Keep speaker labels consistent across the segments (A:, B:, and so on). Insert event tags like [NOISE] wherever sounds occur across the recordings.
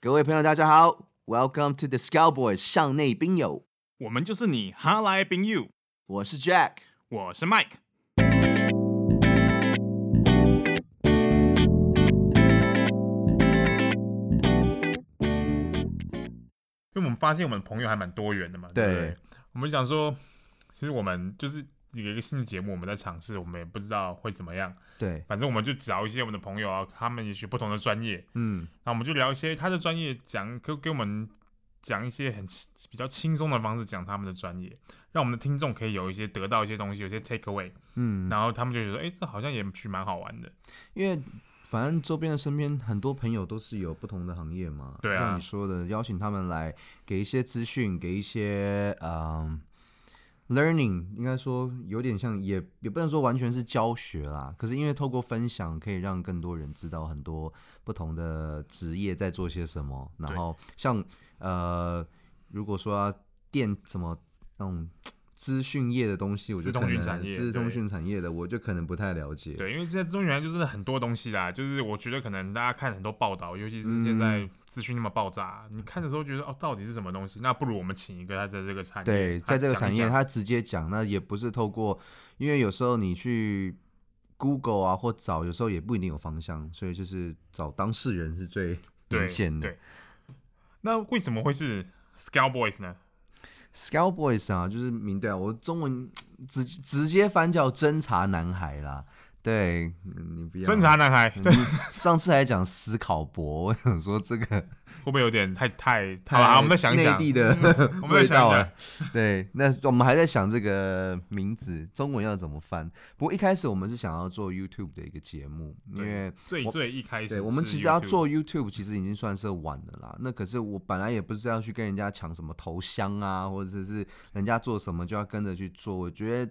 A: 各位朋友，大家好，Welcome to the Cowboys 向内兵友，
B: 我们就是你哈来宾 you，
A: 我是 Jack。
B: 我是 Mike。因为我们发现我们朋友还蛮多元的嘛，对不
A: 对
B: 对？我们想说，其实我们就是有一个新的节目，我们在尝试，我们也不知道会怎么样。
A: 对，
B: 反正我们就找一些我们的朋友啊，他们也许不同的专业，
A: 嗯，
B: 那我们就聊一些他的专业讲，给给我们讲一些很轻比较轻松的方式讲他们的专业，让我们的听众可以有一些得到一些东西，有些 take away，
A: 嗯，
B: 然后他们就觉得，哎、这好像也许蛮好玩的。
A: 因为反正周边的身边很多朋友都是有不同的行业嘛，
B: 对啊
A: 像你说的，邀请他们来给一些资讯，给一些嗯。Learning 应该说有点像，也也不能说完全是教学啦。可是因为透过分享，可以让更多人知道很多不同的职业在做些什么。然
B: 对
A: 后像呃，如果说要电什么那种资讯业的东西，我就
B: 资
A: 可
B: 通
A: 能
B: 讯产业
A: 资通
B: 对
A: 讯产业的，我就可能不太了解。
B: 对，因为现在中原来就是很多东西啦，就是我觉得可能大家看很多报道，尤其
A: 嗯
B: 是现在资讯那么爆炸，你看的时候觉得哦，到底是什么东西？那不如我们请一个他在这个产业，
A: 对，在这个产业，
B: 他讲一讲
A: 他直接讲，那也不是透过，因为有时候你去 Google 啊或找，有时候也不一定有方向，所以就是找当事人是最明
B: 对
A: 显的。
B: 对，那为什么会是 Scout Boys 呢？
A: Scout Boys 啊，就是名对啊，我中文直直接翻叫侦查男孩啦。对，嗯你不要
B: 侦查。男孩，这
A: 上次还讲思考博，我想说这个
B: 会不会有点太太？好了，好我们再想一
A: 内
B: 想。嗯
A: 地的
B: 我们
A: 味
B: 再想
A: 道
B: 一
A: 啊 [LAUGHS]
B: 想。
A: 对，那我们还在想这个名字中文要怎么翻。不过一开始我们是想要做 YouTube 的一个节目，因
B: 对
A: 为
B: 最
A: 我
B: 最一开始是
A: 对
B: YouTube，
A: 我们其实要做 YouTube，其实已经算是晚了啦。那可是我本来也不是要去跟人家抢什么头香啊，或者是人家做什么就要跟着去做。我觉得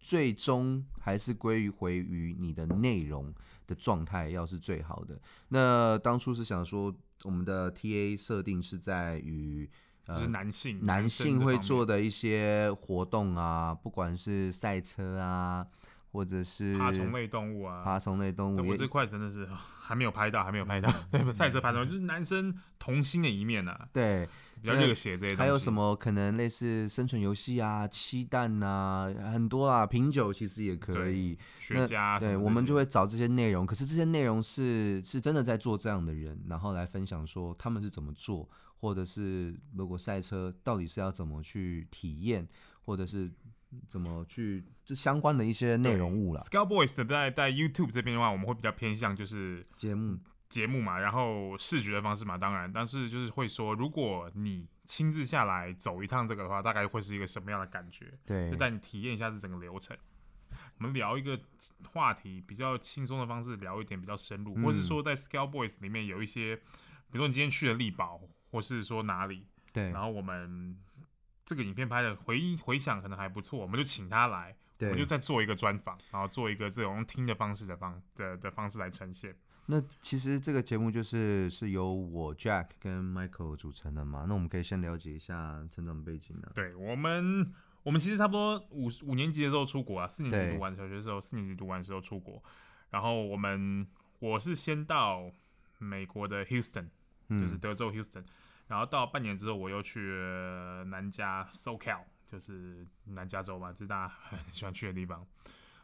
A: 最终还是归于回于你的内容的状态要是最好的。那当初是想说，我们的 TA 设定是在于
B: 就是嗯男性
A: 男性会做
B: 的
A: 的一些活动啊，不管是赛车啊，或者是
B: 爬虫类动物啊。
A: 爬虫类动
B: 但
A: 物
B: 我
A: 也，
B: 这块真的是还没有拍到，还没
A: [LAUGHS]
B: 有拍到。对，赛车爬虫就是男生童心的一面呐、啊，
A: 对，
B: 比较热血这些东西。
A: 还有什
B: 么？
A: 么可能类似生存游戏啊、漆弹啊，很多啊，品酒其实也可
B: 对
A: 以。
B: 雪茄啊什么这
A: 对，
B: 些？
A: 我们就会找这些内容，可是这些内容是是真的在做这样的人，然后来分享说他们是怎么做，或者是如果赛车到底是要怎么去体验，或者是怎么去就相关的一些内容物啦。
B: Scout Boys 的在在 YouTube 这边的话，我们会比较偏向就是
A: 节目
B: 节目嘛，然后视觉的方式嘛，当然，但是就是会说，如果你亲自下来走一趟这个的话，大概会是一个什么样的感觉？
A: 对
B: 就带你体验一下这整个流程。我们聊一个话题，比较轻松的方式聊一点比较深入，或是说在 Scale Boys 里面有一些，比如说你今天去了力宝，或是说哪里，
A: 对
B: 然后我们这个影片拍的回忆回响可能还不错，我们就请他来，我们就
A: 对。
B: 再做一个专访，然后做一个这种用听的方式的方的的方式来呈现。
A: 那其实这个节目就是是由我 Jack 跟 Michael 组成的嘛，那我们可以先了解一下成长背景啊。
B: 对我们，我们其实差不多五五年级的时候出国啊，四年
A: 对
B: 级读完小学的时候，四年级读完的时候出国，然后我们我是先到美国的 Houston，
A: 嗯
B: 就是德州 Houston，、然后到半年之后，我又去呃南加 SoCal，就是南加州嘛，就是大家很喜欢去的地方。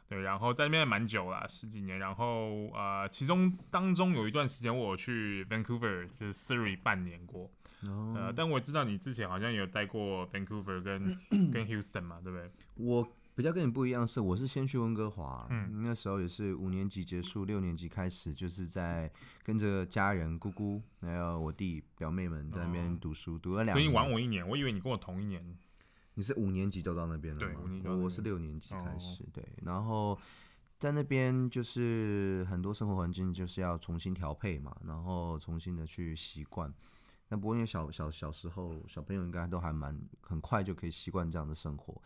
B: 对，然后在那边也蛮久了，十几年。然后呃，其中当中有一段时间，我有去 Vancouver，就是 Surrey 半年过。
A: 哦
B: 呃，但我知道你之前好像有待过 Vancouver 跟
A: 嗯
B: [CLEARS THROAT] 跟 Houston 嘛，对不对？
A: 我比较跟你不一样是，我是先去温哥华，
B: 嗯
A: 那时候也是五年级结束，六年级开始，就是在跟着家人、姑姑还有我弟表妹们在那边读书，读了两
B: 哦所以
A: 年。
B: 你晚我一年，我以为你跟我同一年。
A: 你是五年级就到那边了
B: 对
A: 吗
B: 五年级到
A: 我
B: 那
A: 我是
B: 边
A: 六年级开
B: 哦
A: 始，对，然后在那边就是很多生活环境就是要重新调配嘛，然后重新的去习惯。那不过因为小小小时候小朋友应该都还蛮很快就可以习惯这样的生活。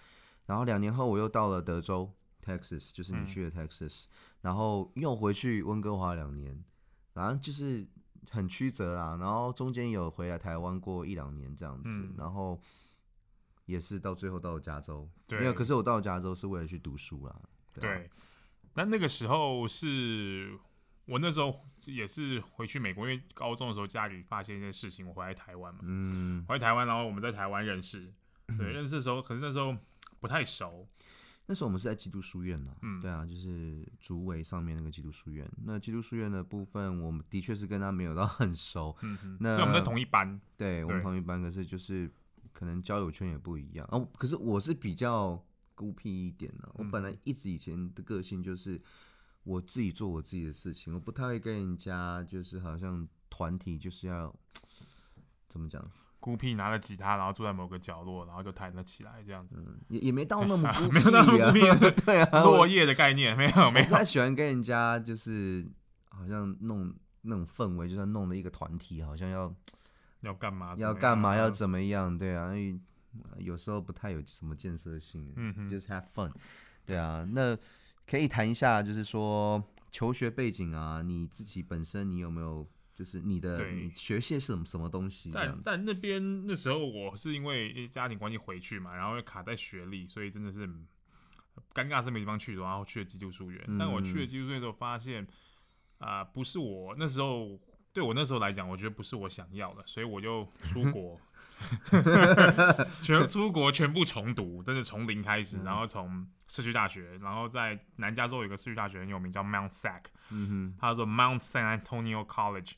A: 然后两年后我又到了德州 Texas，就是你
B: 嗯
A: 去的 Texas，、然后又回去温哥华两年，然后就是很曲折啦。然后中间有回来台湾过一两年这样子，
B: 嗯
A: 然后也是到最后到了加州。
B: 对
A: 没有，可是我到啊了加州是为了去读书啦。啊
B: 对，那那个时候是我那时候也是回去美国，因为高中的时候家里发现一件事情，我回来台湾嘛，
A: 嗯，
B: 回来台湾，然后我们在台湾
A: [CLEARS THROAT]
B: 认识，对，认识的时候，可是那时候不太熟，
A: 那时候我们是在基督书院啦，
B: 嗯
A: 对啊，就是竹围上面那个基督书院。那基督书院的部分，我们的确是跟他没有到很熟，
B: 嗯哼，
A: 那
B: 所以我们在同一班，
A: 对我们
B: 对
A: 同一班，可是就是可能交友圈也不一样。哦，可是我是比较孤僻一点的、啊
B: 嗯
A: 我本来一直以前的个性就是我自己做我自己的事情，我不太会跟人家就是好像团体就是要怎么讲，
B: 孤僻拿着吉他，然后坐在某个角落，然后就弹了起来，这样子，
A: 也也没到那么孤僻、啊，
B: [LAUGHS] 没有那么孤僻
A: [LAUGHS] 对啊，我
B: 落叶的概念没有没
A: 我不
B: 有，
A: 太喜欢跟人家就是好像弄那种氛围，就算弄了一个团体，好像要
B: 要干嘛？
A: 要干嘛，要
B: 啊怎
A: 怎么样，对啊，因为呃有时候不太有什么建设性，
B: 嗯哼
A: 就是 have fun，对啊，那可以谈一下，就是说求学背景啊，你自己本身你有没有就是你的
B: 对
A: 你学些什么什么东西
B: 么
A: 这
B: 样？但
A: 样？
B: 但那边那时候我是因为家庭关系回去嘛，然后又卡在学历，所以真的是嗯尴尬是没地方去，然后去了基督书院。
A: 嗯
B: 但我去了基督书院之后，发现啊、不是我那时候对我那时候来讲，我觉得不是我想要的，所以我就出
A: [LAUGHS]
B: 国，全出国全部重读，真的从零开
A: 嗯
B: 始，然后从社区大学，然后在南加州有一个社区大学很有名，叫 Mount Sac，
A: 嗯
B: 他说 Mount San Antonio College，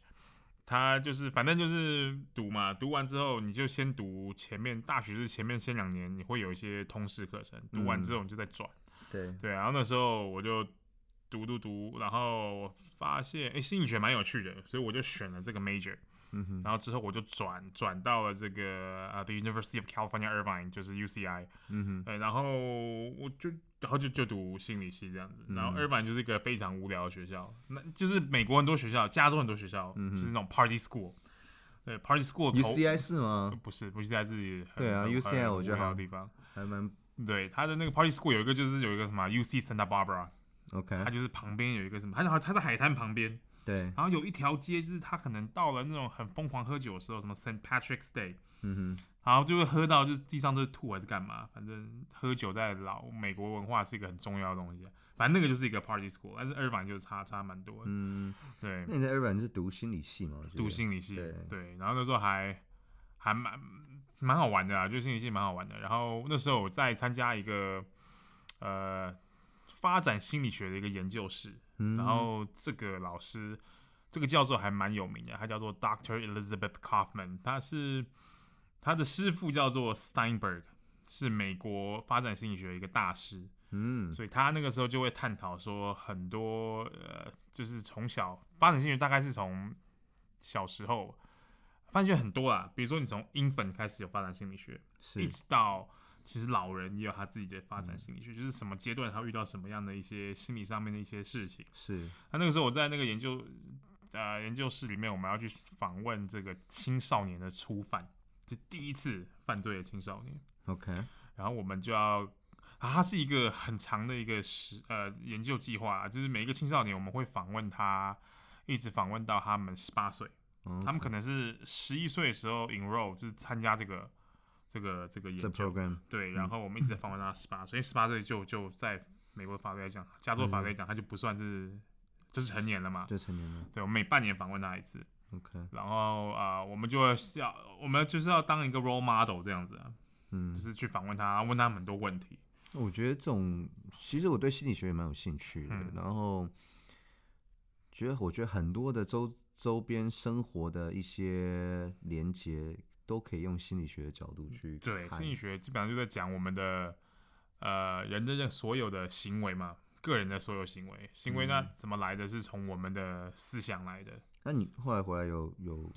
B: 他就是反正就是读嘛，读完之后你就先读前面大学是前面先两年你会有一些通识课程，读完之后你就再转。
A: 哼，对，
B: 对，啊然后那时候我就读读读，然后我发现哎、诶心理学蛮有趣的，所以我就选了这个 major。
A: 嗯哼，
B: 然后之后我就转转到了这个呃、The University of California Irvine，就是 UCI。
A: 嗯哼，
B: 对，然后我就然后就就读心理系这样子，
A: 嗯
B: 然后二版就是一个非常无聊的学校，那就是美国很多学校，加州很多学校，
A: 嗯
B: 就是那种 party school，对 party school 头呃
A: UCI 是吗？
B: 不是不是在自己很
A: 对啊
B: 很
A: UCI
B: 很
A: 我觉得
B: 无聊的
A: 还
B: 地方，
A: 还蛮
B: 对它的那个 party school 有一个就是有一个什么 UC Santa Barbara，
A: OK，
B: 它就是旁边有一个什么，它它在海滩旁边，
A: 对，
B: 然后有一条街就是它可能到了那种很疯狂喝酒的时候，什么 St Patrick's Day，
A: 嗯哼，
B: 然后就会喝到就是地上这吐还是干嘛，反正喝酒在老美国文化是一个很重要的东西啊。反正那个就是一个 party school，但是二版就差差蛮多的。
A: 嗯，
B: 对，
A: 那你在日本是读心理系吗？我记得
B: 读心理系，
A: 对
B: 对，然后那时候还还蛮蛮好玩的啊，就心理系蛮好玩的。然后那时候我在参加一个呃发展心理学的一个研究室，
A: 嗯
B: 然后这个老师，这个教授还蛮有名的，他叫做 Doctor Elizabeth Kaufman，他是他的师傅叫做 Steinberg，是美国发展心理学的一个大师，
A: 嗯
B: 所以他那个时候就会探讨说很多呃，就是从小发展心理学大概是从小时候。发展心理学很多啦，比如说你从 infant 开始有发展心理学，
A: 是
B: 一
A: 嗯
B: 直到其实老人也有他自己的发展心理学，就是什么阶段他会遇到什么样的一些心理上面的一些事情。
A: 是，
B: 那那个时候我在那个研究呃研究室里面，我们要去访问这个青少年的初犯，就第一次犯罪的青少年。
A: OK，
B: 然后我们就要啊，它是一个很长的一个时呃研究计划啊，就是每一个青少年我们会访问他，一直访问到他们十八岁，
A: 嗯
B: 他们可能是十一岁的时候 enroll 就是参加这个这个这个
A: 这
B: 研究
A: program 嗯
B: 对，然后我们一直在访问到十八岁，因为十八岁就就在美国的法律来讲，加州的法律来讲，他就不算是就是成年了嘛。
A: 就成年了
B: 对，我们每半年访问他一次，
A: ，OK，
B: 然后啊、呃我们就会要，我们就是要当一个 role model 这样子啊，就
A: 嗯，
B: 是去访问他，问他很多问题。
A: 我觉得这种其实我对心理学也蛮有兴趣的，
B: 嗯
A: 然后觉得我觉得很多的周周边生活的一些连接都可以用心理学的角度去
B: 嗯对，
A: 看
B: 心理学基本上就在讲我们的呃人的所有的行为嘛，个人的所有行为，行为那怎么来的？是从我们的思想来的。
A: 那你后来回来有有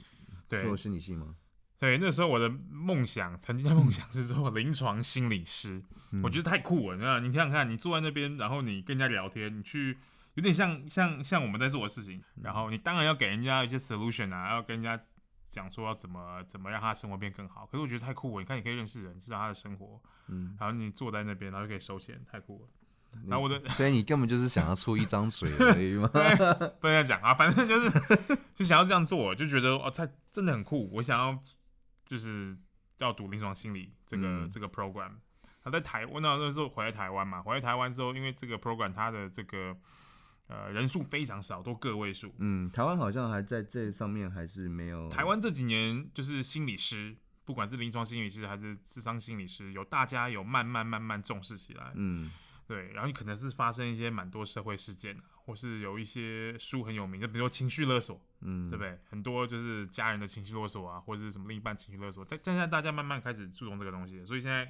B: 对，
A: 做心理系吗？
B: 对，那时候我的梦想，曾经的梦想是做临床心理师，我觉得太酷了。那你想想看，你坐在那边，然后你跟人家聊天，你去有点像像像我们在做的事情，然后你当然要给人家一些 solution 啊，要跟人家讲说要怎么怎么让他生活变更好。可是我觉得太酷了，你看你可以认识人，知道他的生活， [LAUGHS]
A: 嗯，
B: 然后你坐在那边，然后就可以收钱，太酷了。然后我的
A: 所以你根本就是想要出一张
B: [LAUGHS]
A: 嘴而已嘛。 [LAUGHS]
B: 不能再讲啊，反正就是就想要这样做，就觉得哦，他真的很酷，我想要就是要读临床心理这个、
A: 嗯
B: 这个 program。他在台湾那那时候回来台湾嘛，回来台湾之后，因为这个 program 它的这个呃，人数非常少，都个位数。
A: 嗯，台湾好像还在这上面还是没有。
B: 台湾这几年就是心理师，不管是临床心理师还是智商心理师，有大家有慢慢慢慢重视起来。
A: 嗯
B: 对，然后可能是发生一些蛮多社会事件的，啊或是有一些书很有名，就比如说情绪勒索，
A: 嗯，
B: 对不对？很多就是家人的情绪勒索啊，或者是什么另一半情绪勒索，但但现在大家慢慢开始注重这个东西了，所以现在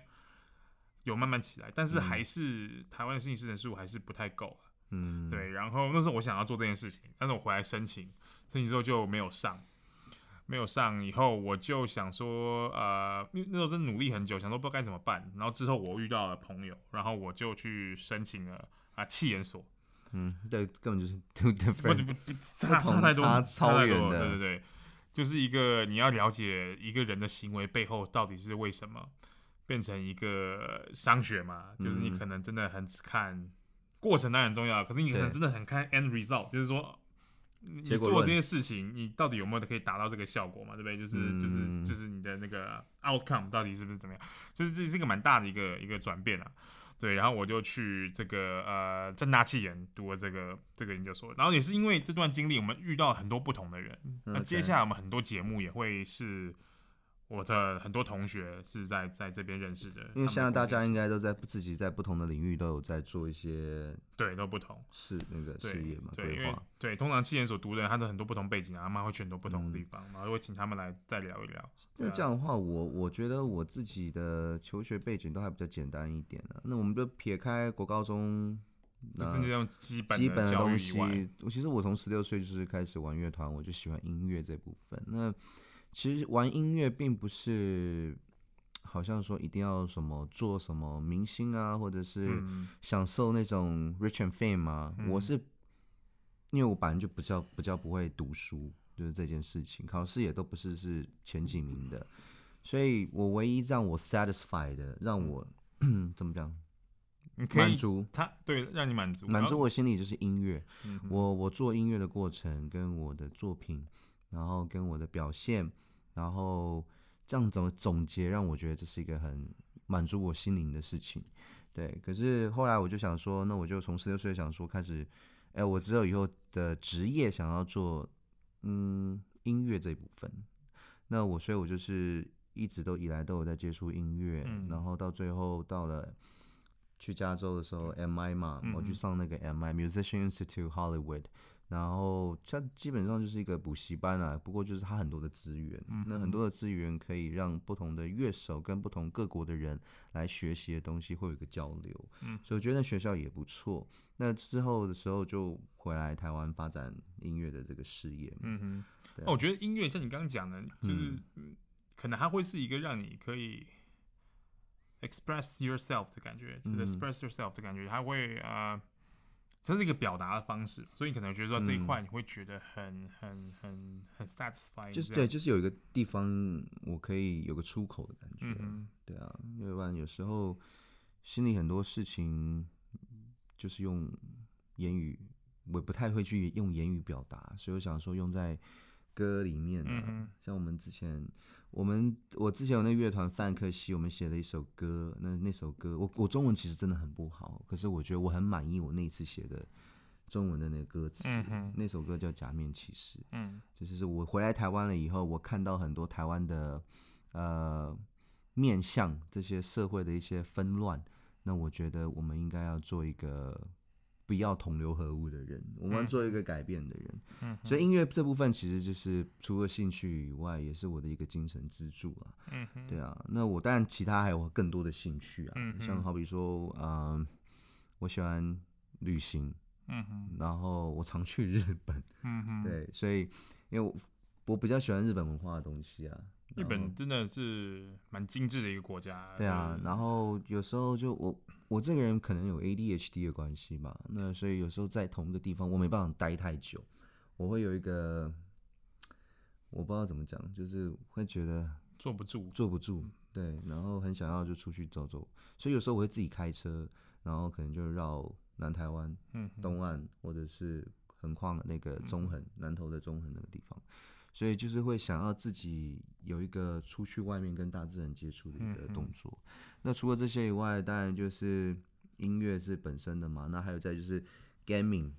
B: 有慢慢起来，但是还是、台湾的心理师人数还是不太够啊。
A: 嗯，
B: 对，然后那时候我想要做这件事情，但是我回来申请，申请之后就没有上，没有上以后我就想说，呃，因为那时候真的努力很久，想说不知道该怎么办。然后之后我遇到了朋友，然后我就去申请了啊气研所，
A: 嗯，对，根本就是 [LAUGHS] two
B: 不不
A: different。
B: 不不差
A: 不同
B: 差太多，
A: 差
B: 差太
A: 超远
B: 多
A: 的
B: 对对对，就是一个你要了解一个人的行为背后到底是为什么，变成一个商学嘛，就是你
A: 嗯
B: 可能真的很只看过程当然很重要，可是你可能
A: 对
B: 真的很看 end result，就是说。你
A: 结果
B: 做
A: 论
B: 这件事情，你到底有没有可以达到这个效果嘛？对不对？就是、就是
A: 嗯
B: 就是你的那个 outcome 到底是不是怎么样？就是这是一个蛮大的一个一个转变啊。对，然后我就去这个呃正大气研读了这个这个研究所，然后也是因为这段经历，我们遇到很多不同的人。那
A: 嗯 OK
B: 接下来我们很多节目也会是我的很多同学是在在这边认识的，
A: 因为现在大家
B: 他们
A: 应
B: 的
A: 该都在自己在不同的领域都有在做一些
B: 工作对都不同。
A: 事那个
B: 对
A: 事业嘛嗯
B: 对，因啊
A: 规
B: 为
A: 划。
B: 对，通常气研所读的人，他的很多不同背景啊，他们会去很多不同的地
A: 嗯
B: 方，然后会请他们来再聊一聊。对
A: 那
B: 啊
A: 这样的话，我我觉得我自己的求学背景都还比较简单一点啊。那我们就撇开国高中，
B: 就是那种基本
A: 基本的
B: 教
A: 东
B: 育以
A: 西
B: 外，。
A: 我其实我从十六岁就是开始玩乐团，我就喜欢音乐这部分。那其实玩音乐并不是好像说一定要什么做什么明星啊，或者是
B: 嗯，
A: 享受那种 rich and fame 啊。我是因为我本来就比较比较不会读书，就是这件事情，考试也都不是是前几名的，所以我唯一让我 satisfy 的，让我 [CLEARS THROAT] 怎么讲
B: 你可
A: 满
B: 以
A: 足。
B: 他对让你满足，
A: 满
B: 然
A: 足
B: 后
A: 我心里就是音乐，
B: 嗯哼
A: 我我做音乐的过程跟我的作品，然后跟我的表现，然后这样总总结，让我觉得这是一个很满足我心灵的事情。对，可是后来我就想说，那我就从十六岁想说开始，哎，我之后以后的职业想要做，嗯，音乐这一部分。那我所以，我就是一直都以来都有在接触音乐，
B: 嗯
A: 然后到最后到了去加州的时候，MI 嘛，我
B: 嗯
A: 去
B: 哼
A: 上那个 MI Musician Institute Hollywood，然后它基本上就是一个补习班啊，不过就是它很多的资源，
B: 嗯
A: 那很多的资源可以让不同的乐手跟不同各国的人来学习的东西会有一个交流，
B: 嗯
A: 所以我觉得那学校也不错。那之后的时候就回来台湾发展音乐的这个事业嘛，
B: 嗯哼。
A: 对啊
B: 哦，我觉得音乐像你刚刚讲的，就是、嗯可能它会是一个让你可以 express yourself 的感觉，
A: 嗯
B: 就是 express yourself 的感觉，它会呃，它是一个表达的方式，所以你可能觉得说这
A: 嗯
B: 一块你会觉得很、很很很 satisfying，
A: 就是
B: 哎这
A: 对，
B: 样，
A: 就是有一个地方我可以有个出口的感觉，
B: 嗯哼，
A: 对啊，要不然有时候心里很多事情就是用言语，我不太会去用言语表达，所以我想说用在歌里面、啊，
B: 嗯哼
A: 像我们之前，我们我之前有那乐团范克西，我们写了一首歌，那那首歌我我中文其实真的很不好，可是我觉得我很满意我那一次写的中文的那个歌词，
B: 嗯哼
A: 那首歌叫《假面骑士》。
B: 嗯
A: 就是我回来台湾了以后，我看到很多台湾的呃面向这些社会的一些纷乱，那我觉得我们应该要做一个不要同流合污的人，我们要
B: 嗯
A: 做一个改变的人。
B: 嗯
A: 所以音乐这部分其实就是除了兴趣以外，也是我的一个精神支柱啦。
B: 嗯哼，
A: 对啊，那我当然其他还有更多的兴趣啊，
B: 嗯
A: 像
B: 哼
A: 好比说，嗯、我喜欢旅行，
B: 嗯哼，
A: 然后我常去日本。
B: 嗯哼，。
A: 对，所以因为我我比较喜欢日本文化的东西啊，
B: 日
A: 然后
B: 本真的是蛮精致的一个国家，
A: 对啊
B: 就，是
A: 然后有时候就我我这个人可能有 ADHD 的关系吧，那所以有时候在同一个地方我没办法待太久，我会有一个我不知道怎么讲，就是会觉得
B: 坐不住，
A: 坐不
B: 嗯
A: 住，对，然后很想要就出去走走，所以有时候我会自己开车，然后可能就绕南台湾，
B: 嗯哼，嗯
A: 东岸或者是横跨那个中横、南投的中横那个地方，所以就是会想要自己有一个出去外面跟大自然接触的一
B: 嗯
A: 个动作。那除了这些以外，当然就是音乐是本身的嘛，那还有再就是 gaming。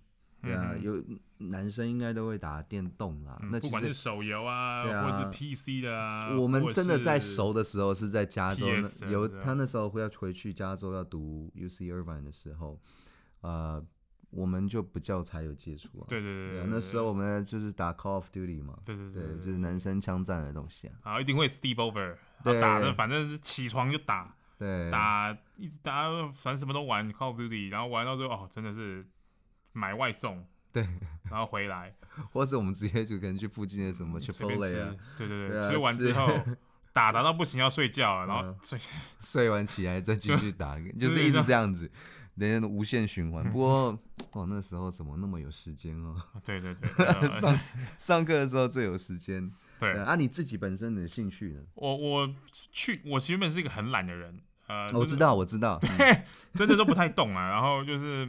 A: 对啊，
B: 嗯
A: 有男生应该都会打电动啦。
B: 嗯
A: 那
B: 不
A: 其
B: 管是
A: 实
B: 手游啊，
A: 对啊
B: 或者是 PC 的啊，
A: 我们
B: 或者
A: 真的在
B: 是
A: 熟的时候是在加州，
B: PS
A: 那有
B: 对啊
A: 他那时候会要回去加州要读 UC Irvine 的时候，呃，我们就不叫才有接触啊。
B: 对对
A: 对
B: 对
A: 啊，那时候我们就是打 Call of Duty 嘛，
B: 对对
A: 对，
B: 对
A: 就是男生枪战的东西啊。
B: 然后一定会 sleep over，然后
A: 对
B: 打的反正是起床就打
A: 对，
B: 打，一直打，反正什么都玩 Call of Duty，然后玩到最后哦，真的是买外送，
A: 对，
B: 然后回
A: [LAUGHS]
B: 来
A: 或者我们直接就可能去附近的什么
B: 嗯随便
A: Chipotle 啊
B: 吃，，对对
A: 对啊
B: 吃完
A: 吃
B: 之后 [LAUGHS] 打打到不行要睡觉啊了，然后
A: 嗯
B: 睡 [LAUGHS]
A: 睡完起来再继续打，就是一直这样子，人家无限循
B: [LAUGHS]
A: 环。不过，哇，那时候怎么那么有时间哦？ [LAUGHS]
B: 对对对，呃
A: 上上课的时候最有时间。
B: 对
A: 对，啊，你自己本身的兴趣呢？
B: 我我去，我原本是一个很懒的人，呃，
A: 哦我
B: 就是
A: 知道，我知道，
B: 嘿真的都不太动啊。然后就是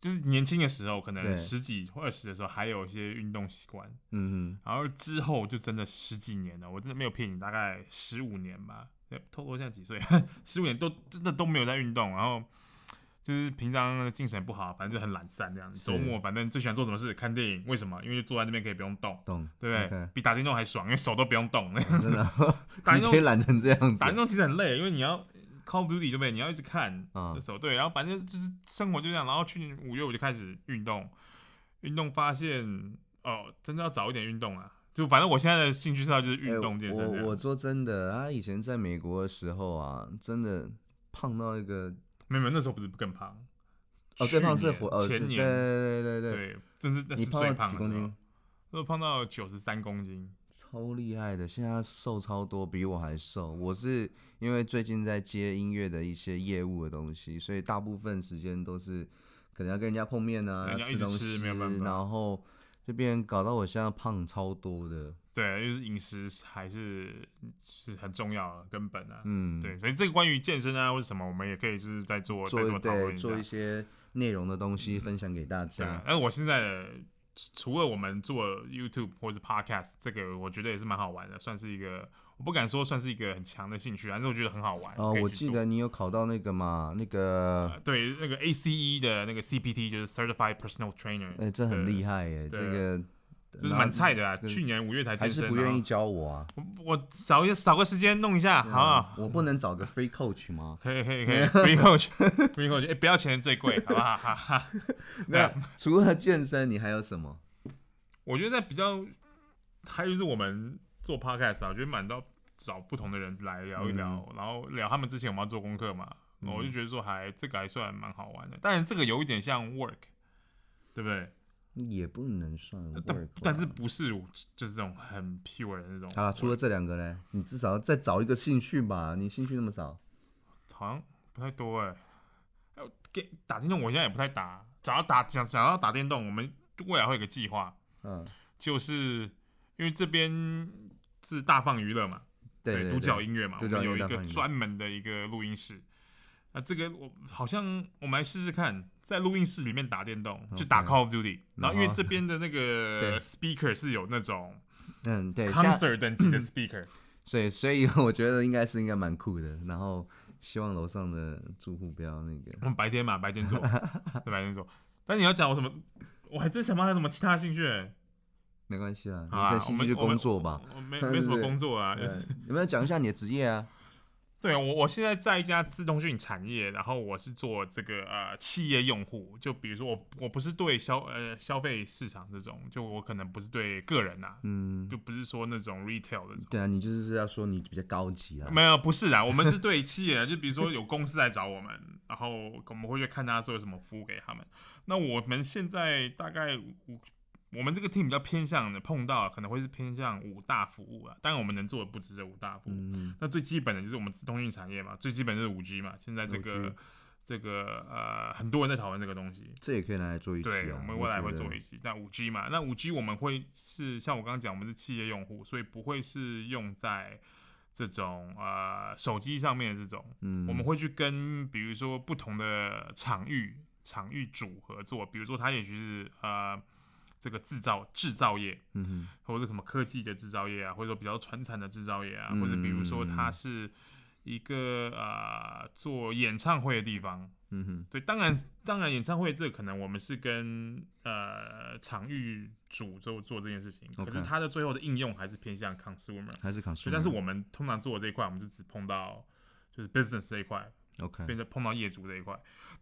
B: 就是年轻的时候，可能
A: 对
B: 十几或二十的时候，还有一些运动习惯。
A: 嗯
B: 然后之后就真的十几年了，我真的没有骗你，大概十五年吧。哎透露现在几岁？ [LAUGHS] 十五年都真的都没有在运动，然后就是平常精神不好，反正就很懒散这样。
A: 是
B: 周末反正最喜欢做什么事？看电影。为什么？因为就坐在那边可以不用动
A: 哼，，懂，
B: 对不对
A: OK，
B: 比打电动还爽，因为手都不
A: [LAUGHS]
B: 用动。
A: 真的，
B: [LAUGHS] 打
A: 你
B: 电
A: 可以
B: 动
A: 懒成这样子
B: 打。电动其实很累，因为你要 Call of Duty 对不对？你要一直看
A: 嗯
B: 那时候对，然后反正就是生活就这样。然后去年五月我就开始运动，运动发现哦，真的要早一点运动啊。就反正我现在的兴趣是要就是
A: 哎
B: 运动健身这样、
A: 我我说真的，他以前在美国的时候啊，真的胖到一个，
B: 没有没有，那时候不是更胖，
A: 哦，最胖是
B: 去
A: 火，
B: 年
A: 哦，是
B: 前
A: 对对
B: 年
A: 对对对对，
B: 对，真是那
A: 你
B: 是最
A: 胖了
B: 胖的
A: 几
B: 时
A: 公斤
B: 候？，我胖到九十三公斤，
A: 超厉害的，现在他瘦超多，比我还瘦。我是因为最近在接音乐的一些业务的东西，所以大部分时间都是可能要跟人家碰面啊，
B: 人家一
A: 吃
B: 直
A: 东
B: 吃
A: 西，
B: 没有办法
A: 然后就变成搞到我现在胖超多的。
B: 对，就是饮食还是是很重要的根本啊。
A: 嗯，
B: 对，，所以这个关于健身啊或者什么，我们也可以就是再做再
A: 做
B: 做讨论
A: 对
B: 一下
A: 做一些内容的东西分享给大
B: 对啊
A: 家，。
B: 但是我现在的除了我们做 YouTube 或是 Podcast，这个我觉得也是蛮好玩的，算是一个我不敢说算是一个很强的兴趣，啊但是我觉得很好玩。
A: 哦
B: 可以，去
A: 我记
B: 做
A: 得你有考到那个嘛，那个
B: 呃，对那个 ACE 的那个 CPT 就是 Certified Personal Trainer，、
A: 哎，这很
B: 呃对
A: 厉害耶，这
B: 对
A: 个
B: 就是
A: 然后
B: 蛮菜的啊。
A: 对
B: 去年五月才
A: 还
B: 健身
A: 是
B: 啊，
A: 不愿意嗯教我啊。
B: 我我找一找个时间弄一下，好不好？
A: 我不能找个 free coach 吗？
B: 可以可以可
A: [LAUGHS]
B: 以，free coach，free coach，哎、不要钱最贵，好不好？哈哈。啊
A: 那 [LAUGHS] 除了健身，你还有什么？
B: 我觉得在比较，还有就是我们做 podcast 啊，我觉得蛮到找不同的人来聊一聊，
A: 嗯
B: 然后聊他们之前我们要做功课嘛，我就觉得说还这个还算蛮好玩的。当然这个有一点像 work，对不对？
A: 也不能算 work，
B: 呃但但是不是就是这种很 pure 的那种 work。
A: 好了，除了这两个嘞，你至少要再找一个兴趣吧？你兴趣那么少，
B: 好像不太多哎、还有给打电动，我现在也不太打。讲到打讲讲到打电动，我们未来会有个计划，
A: 嗯，
B: 就是因为这边是大放娱乐嘛，
A: 对
B: 独角
A: 对，
B: 音乐嘛，
A: 独
B: 我
A: 角
B: 们
A: 音乐
B: 有一
A: 大
B: 个
A: 放音乐
B: 专门的一个录音室。那这个我好像我们来试试看，在录音室里面打电动，就打
A: OK
B: Call of Duty。然后因为
A: 然后
B: 这边的那
A: 对
B: 个 speaker 是有那种
A: 嗯对，下，
B: concert 等级的 speaker，
A: 所以所以我觉得应该是应该蛮酷的。然后希望楼上的住户不要那个
B: 我们白天嘛，
A: [LAUGHS]
B: 白天做，对，白天做。但你要讲我什么，我还真想不到还有什么其他兴趣、欸。
A: 没关系啊，
B: 好
A: 你
B: 啊
A: 的兴趣就工作吧。
B: 我没没什么工作啊，
A: [LAUGHS] 对，有没有讲一下你的职业啊？
B: 对我，我现在在一家自动讯产业，然后我是做这个呃企业用户，就比如说我我不是对消呃消费市场这种，就我可能不是对个人呐、
A: 嗯，
B: 就不是说那种 retail 这种，
A: 对啊，你就是要说你比较高级啦。
B: 没有不是啊，我们是对企业，就比如说有公司来找我们，然后我们会去看他做什么服务给他们。那我们现在大概五，我们这个 team 比较偏向的碰到可能会是偏向五大服务啊，当然我们能做的不止这五大服务，
A: 嗯，
B: 那最基本的就是我们自通讯产业嘛，最基本就是五 G 嘛。现在这
A: 5G
B: 个这个呃，很多人在讨论这个东西。
A: 这也可以拿来做一期
B: 对，
A: 啊。
B: 我们未来会做一
A: 期。
B: 期。那五 G 嘛，那五 G 我们会是像我刚刚讲，我们是企业用户，所以不会是用在这种呃手机上面的这种。
A: 嗯，
B: 我们会去跟比如说不同的场域场域主合作，比如说它也许是呃这个制造制造业，
A: 嗯哼。
B: 或者什么科技的制造业啊，或者说比较传产的制造业啊，
A: 嗯
B: 或者比如说它是一个啊、做演唱会的地方。
A: 嗯哼，
B: 对，当然当然，演唱会这个可能我们是跟呃场域主做做这件事情，可是
A: OK 嗯
B: 它的最后的应用还是偏向 consumer。
A: 还是 c o n
B: 所以，但是我们通常做的这一块，我们就只碰到就是 business 这一块，
A: OK
B: 变成碰到业主这一块。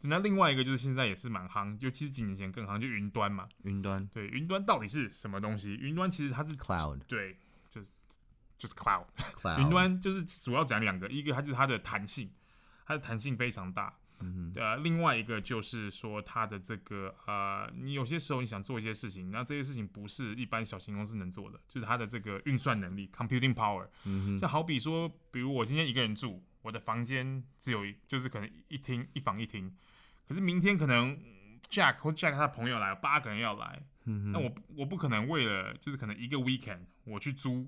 B: 那另外一个就是现在也是蛮夯，尤其是几年前更夯，就云端嘛。
A: 云端
B: 对，云端到底是什么东西？云端其实它是
A: cloud
B: 对，就是就是 cloud。
A: cloud
B: 云，端就是主要讲两个，一个它就是它的弹性，它的弹性非常大。
A: 嗯
B: 呃，另外一个就是说它的这个呃，你有些时候你想做一些事情，那这些事情不是一般小型公司能做的，就是它的这个运算能力 （computing power）。
A: 哼，嗯
B: 就好比说，比如我今天一个人住，我的房间只有一，就是可能一厅一房一厅，可是明天可能嗯 Jack 或 Jack 他朋友来，八个人要来，
A: 嗯哼，
B: 那我不我不可能为了就是可能一个 weekend 我去租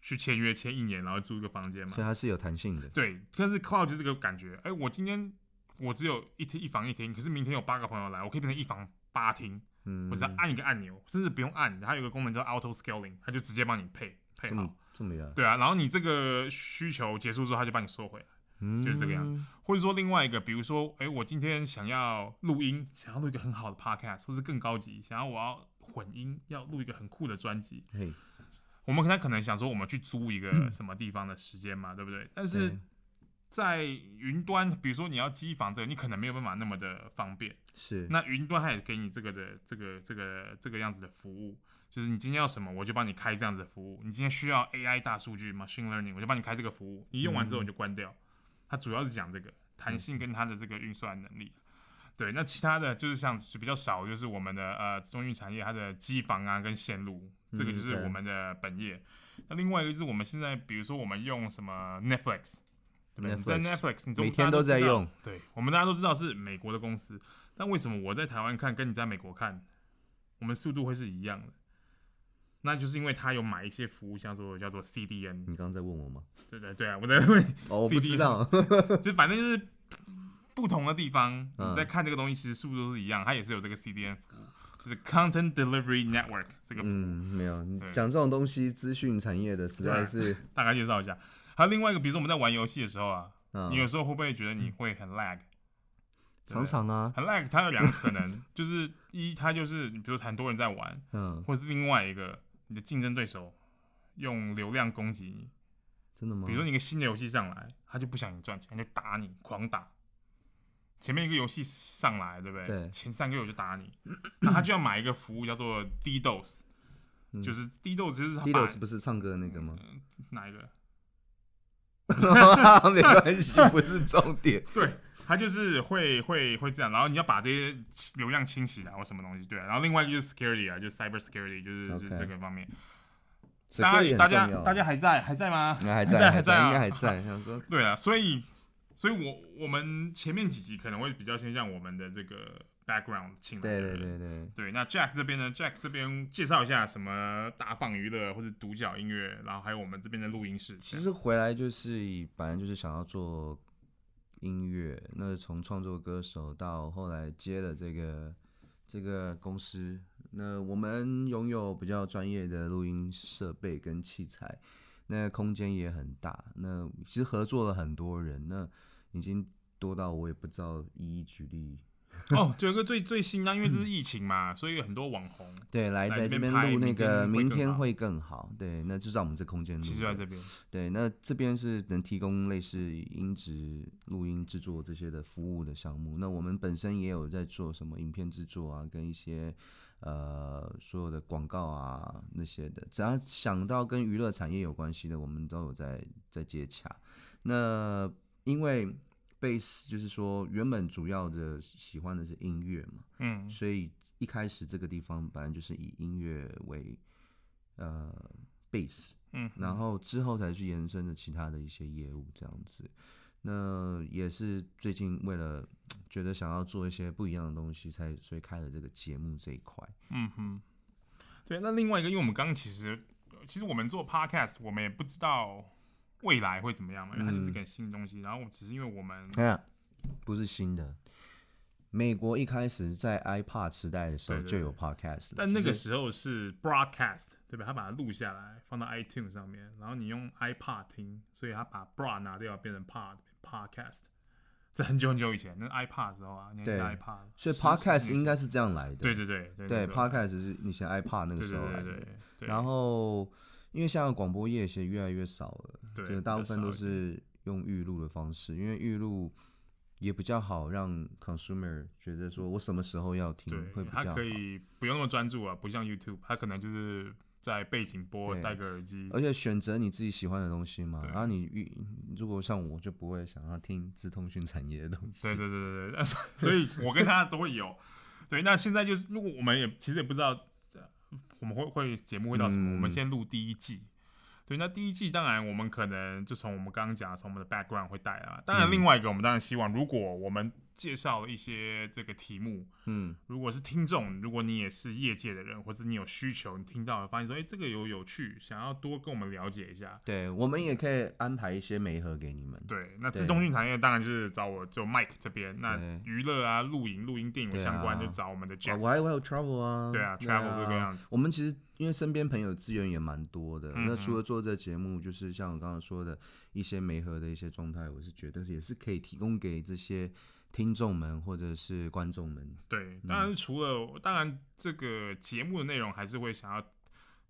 B: 去签约签一年，然后租一个房间嘛
A: 所以。它是有啊弹性的，
B: 对，但是 cloud 就是这个感觉，哎、我今天我只有一厅一房一厅，可是明天有八个朋友来，我可以变成一房八厅，
A: 嗯，
B: 我只要按一个按钮，甚至不用按，它有一个功能叫 auto scaling，它就直接帮你配配
A: 这
B: 好。
A: 么这么样，
B: 对啊，然后你这个需求结束之后，他就帮你缩回来，
A: 嗯，
B: 就是这个样子或者说另外一个，比如说，哎，我今天想要录音，想要录一个很好的 podcast，或是更高级，想要我要混音，要录一个很酷的专辑，
A: 嘿，
B: 我们可能可能想说，我们去租一个什么地方的时间嘛，对不对？但是
A: 对
B: 在云端，比如说你要机房这个，你可能没有办法那么的方便。
A: 是
B: 那云端它也给你这个的这个这个这个样子的服务，就是你今天要什么，我就帮你开这样子的服务。你今天需要 AI 大数据 machine learning，我就帮你开这个服务。你用完之
A: 嗯
B: 后你就关掉。它主要是讲这个弹性跟它的这个运算能力。对，那其他的就是像比较少，就是我们的呃中运产业它的机房啊跟线路，这个
A: 嗯
B: 就是
A: 对
B: 我们的本业。那另外一个就是我们现在，比如说我们用什么 Netflix，对不对？你在
A: Netflix
B: Netflix，你
A: 每天都在
B: 大家知道
A: 用，
B: 对我们大家都知道是美国的公司，但为什么我在台湾看跟你在美国看，我们速度会是一样的？那就是因为他有买一些服务，叫做叫做 CDN，
A: 你刚刚在问我吗？
B: 对对对啊，我在问，
A: 哦，我不
B: CD
A: 知道，
B: [LAUGHS] 就反正就是不同的地方，
A: 嗯
B: 你在看这个东西，其实速度都是一样，它也是有这个 CDN 服务，就是 Content Delivery Network 这个服务，
A: 嗯，没有，你
B: 对
A: 讲这种东西，资讯产业的实在是，
B: 大概介绍一下。还有另外一个，比如说我们在玩游戏的时候啊，
A: 嗯
B: 你，有时候会不会觉得你会很 lag？对
A: 常
B: 不对
A: 常啊，
B: 很 lag，它有两个
A: [LAUGHS]
B: 可能，就是一，它就是比如很多人在玩，
A: 嗯，
B: 或是另外一个你的竞争对手用流量攻击你，
A: 真的吗？
B: 比如说你一个新的游戏上来，他就不想你赚钱，他就打你，狂打。前面一个游戏上来，对不对？
A: 对
B: 前三个月我就打你，那他就要买一个服务叫做 DDoS，、
A: 嗯
B: 就是 DDoS 就是他
A: d i d
B: 把呃
A: o s 不是唱歌的那个
B: [LAUGHS]
A: 吗？ [LAUGHS]
B: 哪一个？
A: 没关系，不是重点。
B: 对，他就是会会会这样，然后你要把这些流量清洗啊，或什么东西，对啊、然后另外一个就是 security 啊，就是 cyber security，就是就是
A: OK
B: 这个方面。大
A: Security 很
B: 家 [LAUGHS] 大家
A: 重要啊
B: 大家还在还在吗？
A: 应该还
B: 在
A: 在，还
B: 在啊
A: 应该还在。想说，
B: 对啊，所以，所以我我们前面几集可能会比较偏向我们的这个 background 请来的
A: 对对对
B: 人
A: 对，
B: 对那 Jack 这边呢，Jack 这边介绍一下什么大放娱乐或者独角音乐，然后还有我们这边的录音室。
A: 其实回来就是以本来就是想要做音乐，那从创作歌手到后来接了这个这个公司，那我们拥有比较专业的录音设备跟器材，那空间也很大，那其实合作了很多人，那已经多到我也不知道一一举例。
B: 这样哦，就有一个最最新啊，因为这是疫情嘛，所以有很多网红
A: 对，来
B: 来
A: 在
B: 这
A: 这
B: 边
A: 边
B: 拍
A: 录那
B: 明天
A: 个，
B: 会
A: 明
B: 更
A: 天
B: 好
A: 会更好。对，那就在我们这空间录的。
B: 其实就在这边。
A: 对，那这边是能提供类似音质、录音制作这些的服务的项目。那我们本身也有在做什么影片制作啊，跟一些呃所有的广告啊那些的，只要想到跟娱乐产业有关系的，我们都有在在接洽。那因为 base 就是说原本主要的喜欢的是音乐嘛，
B: 嗯，
A: 所以一开始这个地方本来就是以音乐为呃 base，
B: 嗯，
A: 然后之后才去延伸的其他的一些业务这样子。那也是最近为了觉得想要做一些不一样的东西，才所以开了这个节目这一块。
B: 嗯哼，对。那另外一个，因为我们刚刚其实，其实我们做 podcast，我们也不知道未来会
A: 嗯
B: 哎怎么样嘛，因为它就是个新东西。然后只是因为我们
A: 哎呀，不是新的，美国一开始在 iPod 时代的时候
B: 对对
A: 就
B: 对
A: 有 podcast，了
B: 但那
A: 只是
B: 个时候是 broadcast，对吧？他把它录下来，放到 iTunes 上面，然后你用 iPod 听，所以他把 bra 拿掉，变成 pod podcast。这很久很久以前，那 iPod 的时候啊，你还记得
A: 对
B: iPod？
A: 所以
B: 十十几
A: podcast
B: 年
A: 应该
B: 前
A: 是这样来的。
B: 对对对对
A: 对
B: 那时候
A: ，podcast 是以前 iPod 那个
B: 对
A: 时
B: 对
A: 候来
B: 对
A: 的。
B: 对对对。
A: 然后，因为现在广播业其实越来越少了，
B: 对
A: 就是大
B: 比
A: 部
B: 较
A: 分都
B: 少一点
A: 是用预录的方式，因为预录也比较好让 consumer 觉得说我什么时候要听会
B: 对，
A: 比
B: 他
A: 较好
B: 可。以不用那么专注啊，不像 YouTube，他可能就是在背景播，
A: 对
B: 戴个耳机
A: 而。且选择你自己喜欢的东西嘛，
B: 对
A: 然后你预如果像我就不会想要听资通讯产业的东西，
B: 对对对对对， [LAUGHS] 所以我跟他都会有。对，那现在就是，如果我们也其实也不知道，呃我们会会节目会到什么，
A: 嗯
B: 我们先录第一季。对，那第一季当然我们可能就从我们刚刚讲的，从我们的 background 会带啊。当然，另外一个我们当然希望，如果我们介绍了一些这个题目，
A: 嗯，
B: 如果是听众，如果你也是业界的人，或者你有需求，你听到了发现说，哎、这个有有趣，想要多跟我们了解一下。
A: 对，我们也可以安排一些媒合给你们。
B: 对，那
A: 对
B: 自动运产业当然就是找我，就 Mike 这边。那
A: 对
B: 娱乐啊、露营、录音、电影
A: 对啊
B: 相关，就找我们的
A: 啊
B: Jack。
A: 我还我还有 travel 啊，
B: 对啊，travel 这个样子。
A: 我们其实因为身边朋友资源也蛮多的，
B: 嗯
A: 那
B: 嗯
A: 除了做这节目，就是像我刚刚说的一些媒合的一些状态，我是觉得也是可以提供给这些听众们或者是观众们。
B: 对，
A: 嗯
B: 当然是除了，当然这个节目的内容还是会想要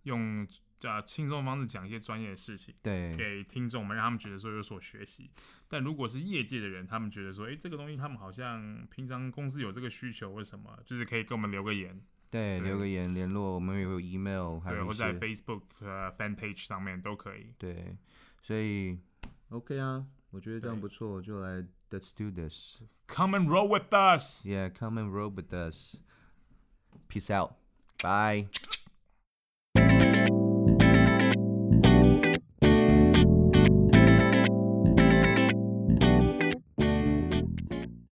B: 用啊轻松的方式讲一些专业的事情。
A: 对，
B: 给听众们，让他们觉得说有所学习。但如果是业界的人，他们觉得说，诶，这个东西他们好像平常公司有这个需求或什么，就是可以跟我们留个言，
A: 对，
B: 对
A: 留个言联络，我们也有 email，还
B: 对，
A: 有
B: 或
A: 一
B: 在
A: 些
B: Facebook 呃 fan page 上面都可以。
A: 对，所以 OK 啊，我觉得这样
B: 对
A: 不错，就来 Let's do this，Yeah，come
B: Come and roll with us。
A: and roll with us，peace out，bye。